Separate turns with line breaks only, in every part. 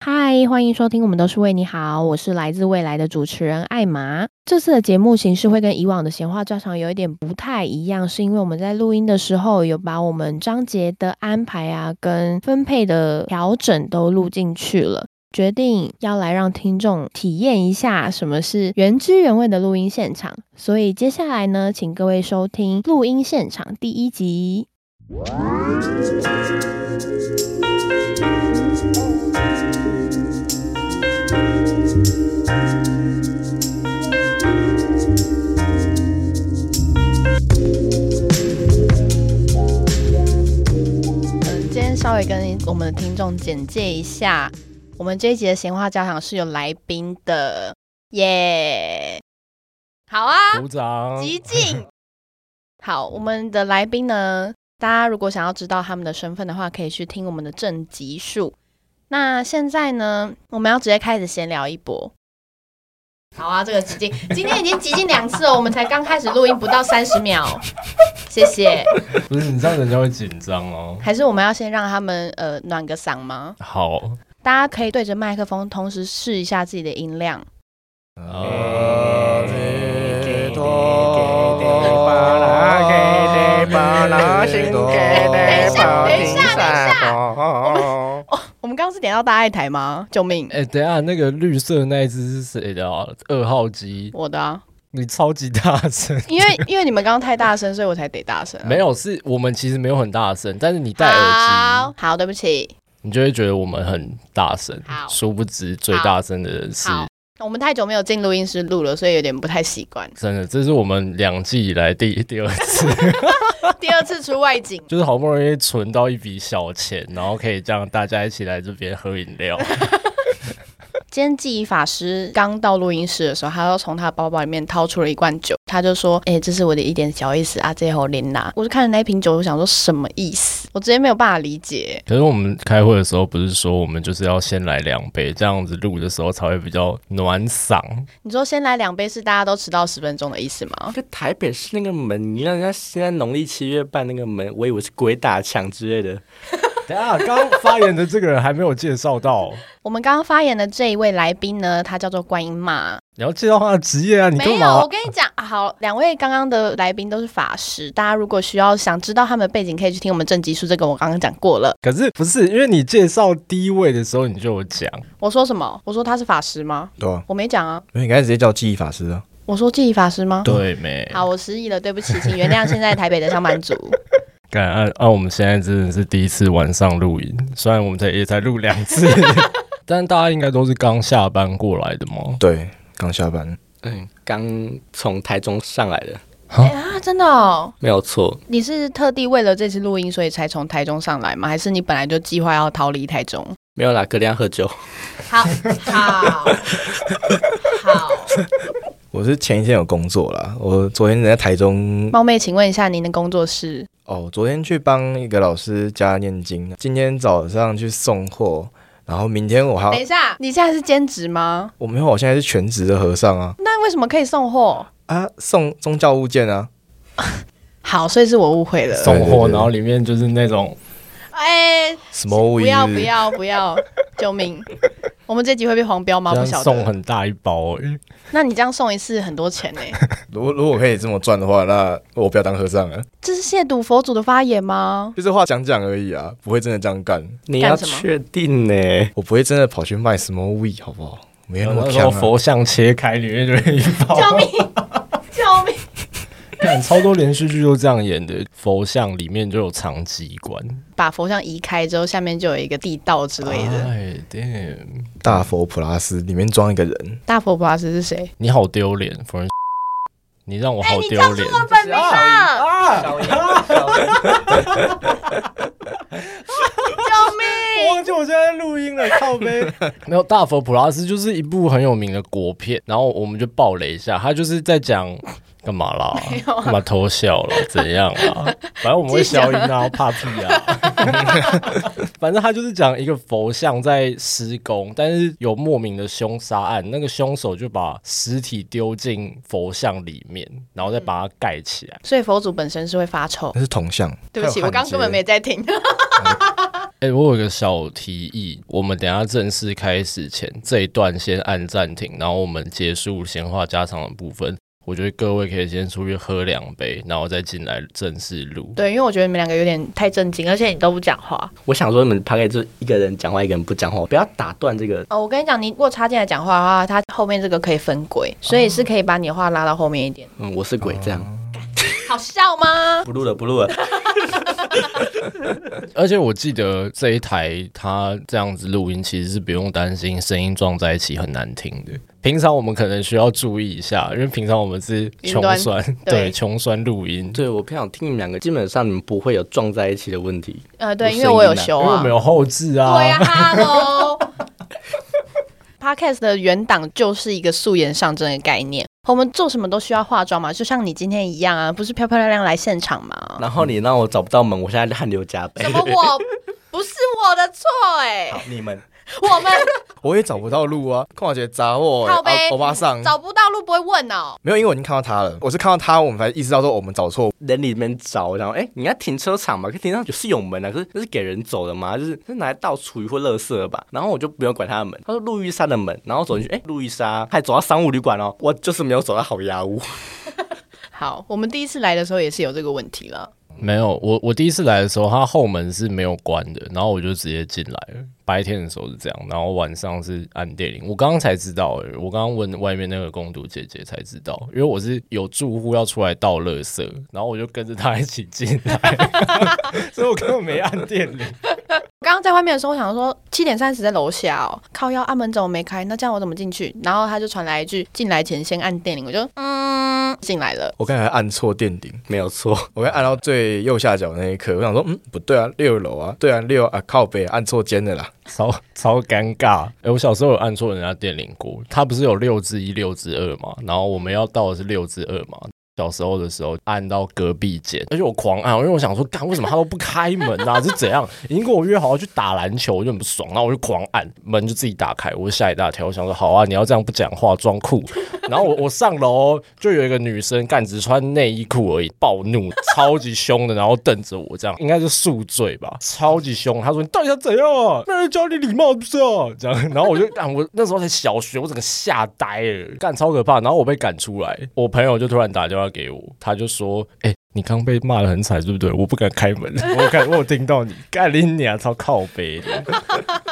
嗨，欢迎收听，我们都是为你好，我是来自未来的主持人艾玛。这次的节目形式会跟以往的闲话家常有一点不太一样，是因为我们在录音的时候有把我们章节的安排啊跟分配的调整都录进去了。决定要来让听众体验一下什么是原汁原味的录音现场，所以接下来呢，请各位收听录音现场第一集。嗯，今天稍微跟我们的听众简介一下，我们这一集的闲话家常是有来宾的，耶、好啊，
鼓掌！
极尽。好，我们的来宾呢，大家如果想要知道他们的身份的话，可以去听我们的正集数。那现在呢，我们要直接开始闲聊一波。好啊，这个极尽，今天已经极尽两次了，我们才刚开始录音不到三十秒，谢谢。
不是你这样人家会紧张哦。
还是我们要先让他们呃暖个嗓吗？
好，
大家可以对着麦克风，同时试一下自己的音量。我们刚刚是点到大爱台吗？救命！
哎、等一下那个绿色那一只是谁的啊？二号机，
我的、啊，
你超级大声。
因为 因为你们刚刚太大声，所以我才得大声啊、
没有，是我们其实没有很大声，但是你戴耳
好，好，对不起，
机，你就会觉得我们很大声
好。
殊不知最大声的人是。
好，我们太久没有进录音室录了，所以有点不太习惯
真的，这是我们两季以来第第二次，
第二次出外景，
就是好不容易存到一笔小钱，然后可以这样大家一起来这边喝饮料。
今天记忆法师刚到录音室的时候，他要从他的包包里面掏出了一罐酒，他就说：“哎、这是我的一点小意思啊，这后琳拿。”我就看着那一瓶酒，我想说什么意思？我直接没有办法理解。
可是我们开会的时候不是说我们就是要先来两杯，这样子录的时候才会比较暖嗓。
你说先来两杯是大家都迟到十分钟的意思吗？
就台北市那个门，你让人家现在农历七月办那个门，我以为是鬼打墙之类的。
等一下，刚刚发言的这个人还没有介绍到，
我们刚刚发言的这一位来宾呢，他叫做观音妈。
你要介绍他的职业啊？你干
没有，
嘛
我？跟你讲，啊好，两位刚刚的来宾都是法师，大家如果需要想知道他们的背景，可以去听我们正集数，这个我刚刚讲过了。
可是不是因为你介绍第一位的时候你就有讲，
我说什么？我说他是法师吗？
对啊，
我没讲啊，
因为你刚才直接叫记忆法师啊，
我说记忆法师吗？。
对没？
好，我失忆了，对不起，请原谅现在台北的上班族。
感啊啊！我们现在真的是第一次晚上录音，虽然我们才也才录两次， 但大家应该都是刚下班过来的嘛。
对，刚下班，
嗯，刚从台中上来的，
哎啊，真的哦，
没有错。
你是特地为了这次录音，所以才从台中上来吗？还是你本来就计划要逃离台中？
没有啦，隔天要喝酒。
好，好，好。
我是前一天有工作啦，我昨天在台中，
冒昧请问一下，您的工作是？
哦，昨天去帮一个老师家念经，啊今天早上去送货，然后明天我还
等一
要，
下，你现在是兼职吗？
我没有，我现在是全职的和尚啊，
那为什么可以送货？
啊，送宗教物件啊，
好，所以是我误会了。
送
对对
货，
对
然后里面就是那种
哎、
什么物
不
语
要不要不要，救 命！我们这集会被黄标吗？
这
不
样
晓
送
得。
很大一包、欸，
那你这样送一次很多钱呢、
如果如果可以这么赚的话，那我不要当和尚了，
这是亵渎佛祖的发言吗？
就是话讲讲而已啊，不会真的这样干，
你要
干什么
确定呢、
我不会真的跑去卖什么物语，好不好？没有
然
那
后哎
么
那
强、
种
啊，
佛像切开里面就一包。
救命！救命！
看超多连续剧都这样演的，佛像里面就有长机关
把佛像移开之后，下面就有一个地道之类的。
哎，damn，
大佛普拉斯里面装一个人。
大佛普拉斯是谁？
你好丢脸，佛人，你让
哎
我好丢脸。啊
本名了！
小英，
救命！
忘记我现在录音了，靠背。 没有大佛普拉斯就是一部很有名的国片，然后我们就爆雷一下，他就是在讲干嘛啦
没有？啊
干嘛偷笑了？怎样 啊？反正我们会消音啊，怕屁啊。 反正他就是讲一个佛像在施工，但是有莫名的凶杀案，那个凶手就把尸体丢进佛像里面，然后再把它盖起来。
所以佛祖本身是会发臭。
那是铜像。
对不起，
还有
我
焊
刚根本
接
没在听。
哎、我有个小提议，我们等一下正式开始前这一段先按暂停，然后我们结束闲话家常的部分。我觉得各位可以先出去喝两杯，然后再进来正式录。
对，因为我觉得你们两个有点太震惊，而且你都不讲话。
我想说，你们大概就一个人讲话，一个人不讲话，不要打断这个。
哦，我跟你讲，你如果插进来讲话的话，他后面这个可以分轨，所以是可以把你的话拉到后面一点。
嗯，我是鬼，这样
好笑吗？
不录了，不录了。
而且我记得这一台它这样子录音，其实是不用担心声音撞在一起很难听的。平常我们可能需要注意一下，因为平常我们是穷
云
酸，
对
对穷酸录音，
对，我不想听你们两个，基本上你们不会有撞在一起的问题。
呃，对，
有
因为我有
声音啊
修
因为我
啊
们。有后置啊。
对呀、 哈喽。Podcast 的原档就是一个素颜上阵的概念，我们做什么都需要化妆嘛，就像你今天一样啊，不是漂漂亮亮来现场 嘛？
然后你让我找不到门，我现在汗流浃背
怎。么我不是我的错哎、
好，你们
我们
我也找不到路啊，空姐砸我，啊
靠背
欧巴上。
找不到路不会问哦。
没有，因为我已经看到他了，我是看到他，我们才意识到说我们找错。
人里面找，然后哎，你要停车场嘛？可停车场就是有门啊，可是那是给人走的嘛，就是是拿来倒厨余或垃圾的吧。然后我就不用管他的门，他说路易莎的门，然后走进去，哎，路易莎还走到商务旅馆哦，我就是没有走到好牙屋。
好，我们第一次来的时候也是有这个问题了。
没有，我我第一次来的时候，它后门是没有关的，然后我就直接进来了。白天的时候是这样，然后晚上是按电铃。我刚刚才知道、欸，我刚刚问外面那个工读姐姐才知道，因为我是有住户要出来倒垃圾，然后我就跟着她一起进来， 所以我根本没按电铃。
刚刚在外面的时候，我想说七点三十在楼下哦，靠腰按门怎么没开？那这样我怎么进去？然后他就传来一句：“进来前先按电铃。”我就嗯，进来了。
我刚才还按错电铃，
没有错，
我刚才按到最右下角那一刻，我想说，嗯，不对啊，六楼啊，对啊，六啊，靠北按错肩的 啦。
超超尴尬！哎、我小时候有按错人家电铃过，它不是有六至一、六至二嘛，然后我们要到的是六至二嘛。小时候的时候按到隔壁键，而且我狂按，因为我想说，干为什么他都不开门啊？是怎样？已经跟我约好要去打篮球，我就很不爽，然后我就狂按，门就自己打开，我就吓一大跳，我想说，好啊，你要这样不讲话装酷。然后我我上楼就有一个女生，干只穿内衣裤而已，暴怒，超级凶的，然后瞪着我这样，应该是宿醉吧，超级凶。她说你到底想怎样啊？没人教你礼貌是不是啊？这样，然后我就干，我那时候才小学，我整个吓呆了，干超可怕。然后我被赶出来，我朋友就突然打电话给我，他就说，哎、你刚被骂的很惨，对不对？我不敢开门， 我敢，我有听到你干你娘，超靠背的，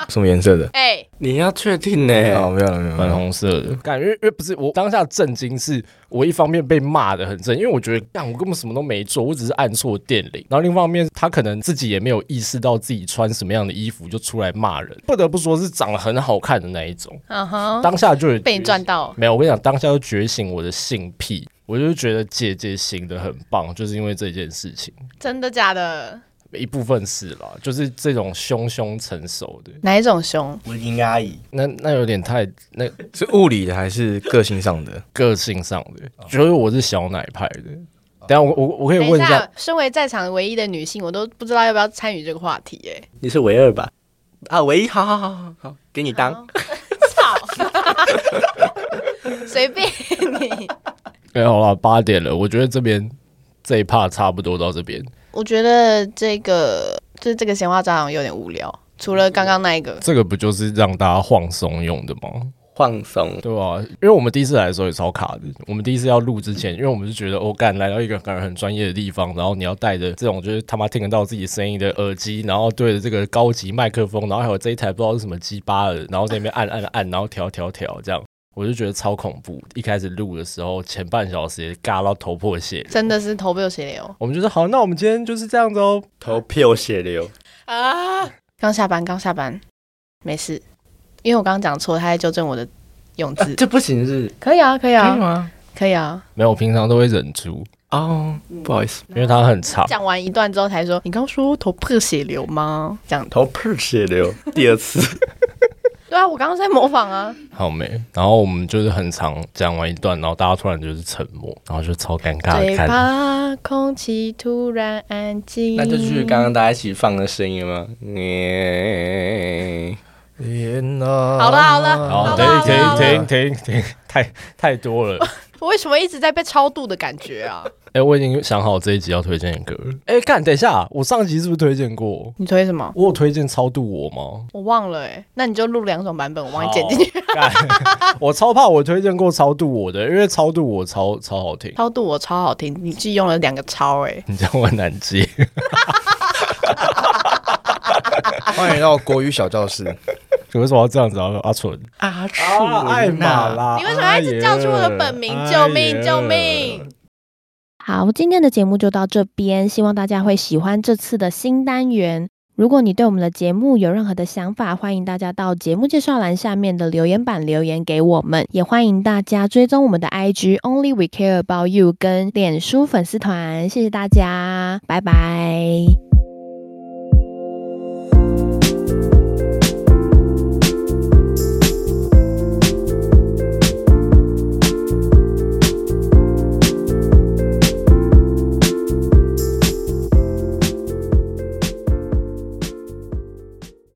什么颜色的？
哎、
你要确定呢、
哦，没有了，没有
粉
嗯
了。
红色的，嗯感觉因为不是我当下震惊，是我一方面被骂的很震，因为我觉得干我根本什么都没做，我只是按错电铃，然后另一方面他可能自己也没有意识到自己穿什么样的衣服就出来骂人，不得不说是长得很好看的那一种，
嗯哼，
当下就有
被你
觉醒
赚到。
没有，我跟你讲，当下就觉醒我的性癖，我就觉得姐姐醒的很棒，就是因为这件事情。
真的假的？
一部分是啦，就是这种凶凶成熟的，
哪一种凶？
我应阿姨，
那那有点太那
是物理的还是个性上的？
个性上的，觉得我是小奶派的。等一下我我我可以
等
问
一
一下，
下，身为在场唯一的女性，我都不知道要不要参与这个话题、哎，
你是唯二吧？啊，唯一，好好好好好，给你当。
操， 随便 你。
哎、好了，八点了，我觉得这边这一趴差不多到这边，
我觉得这个就是这个闲话家常有点无聊，除了刚刚那一个，
这个不就是让大家放松用的吗？
放松，
对吧、因为我们第一次来的时候也超卡的，我们第一次要录之前，因为我们是觉得，哦，干来到一个感觉很专业的地方，然后你要带着这种就是他妈听得到自己声音的耳机，然后对着这个高级麦克风，然后还有这一台不知道是什么鸡巴的，然后在那边按按按，然后调调调这样。我就觉得超恐怖，一开始录的时候前半小时也尬到头破血流。
真的是头破血流
我们就说好，那我们今天就是这样子哦。
头票血流。
啊！刚下班，刚下班，没事，因为我刚刚讲错，他在纠正我的用字。
啊这不行是？
可以啊，可以啊，
吗？
可以啊。
没有，我平常都会忍住，
哦，不好意思，
因为它很长。
讲完一段之后才说，你刚说头破血流吗？这样
头破血流。 第二次，
对啊，我刚刚在模仿啊。
好美。然后我们就是很长讲完一段，然后大家突然就是沉默，然后就超尴
啊
尬
最
的看。
怕空气突然安静。
那就去刚刚大家一起放的声音吗？嗯
天哪！
好了好了
好，
好
哦停
了好了
停停停停，太太多了。
我为什么一直在被超度的感觉啊？
哎、我已经想好这一集要推荐的歌了。哎、干，等一下，我上集是不是推荐过？
你推什么？
我有推荐超度我 吗？
我忘了哎、那你就录两种版本，我帮你剪进去。
好。干我超怕我推荐过超度我的，因为超度我超超好听。
超度我超好听，你既用了两个超
欸
哎、
你这样 我很难接。
欢迎到国语小教室。
为什么要这样子啊？阿纯，
阿楚
啊艾玛啦！
哦你为什么要一直叫出我的本名？
哎呀
救命！救！命！好，今天的节目就到这边，希望大家会喜欢这次的新单元。如果你对我们的节目有任何的想法，欢迎大家到节目介绍栏下面的留言板留言给我们，也欢迎大家追踪我们的 IG Only We Care About You 跟脸书粉丝团，谢谢大家，拜拜。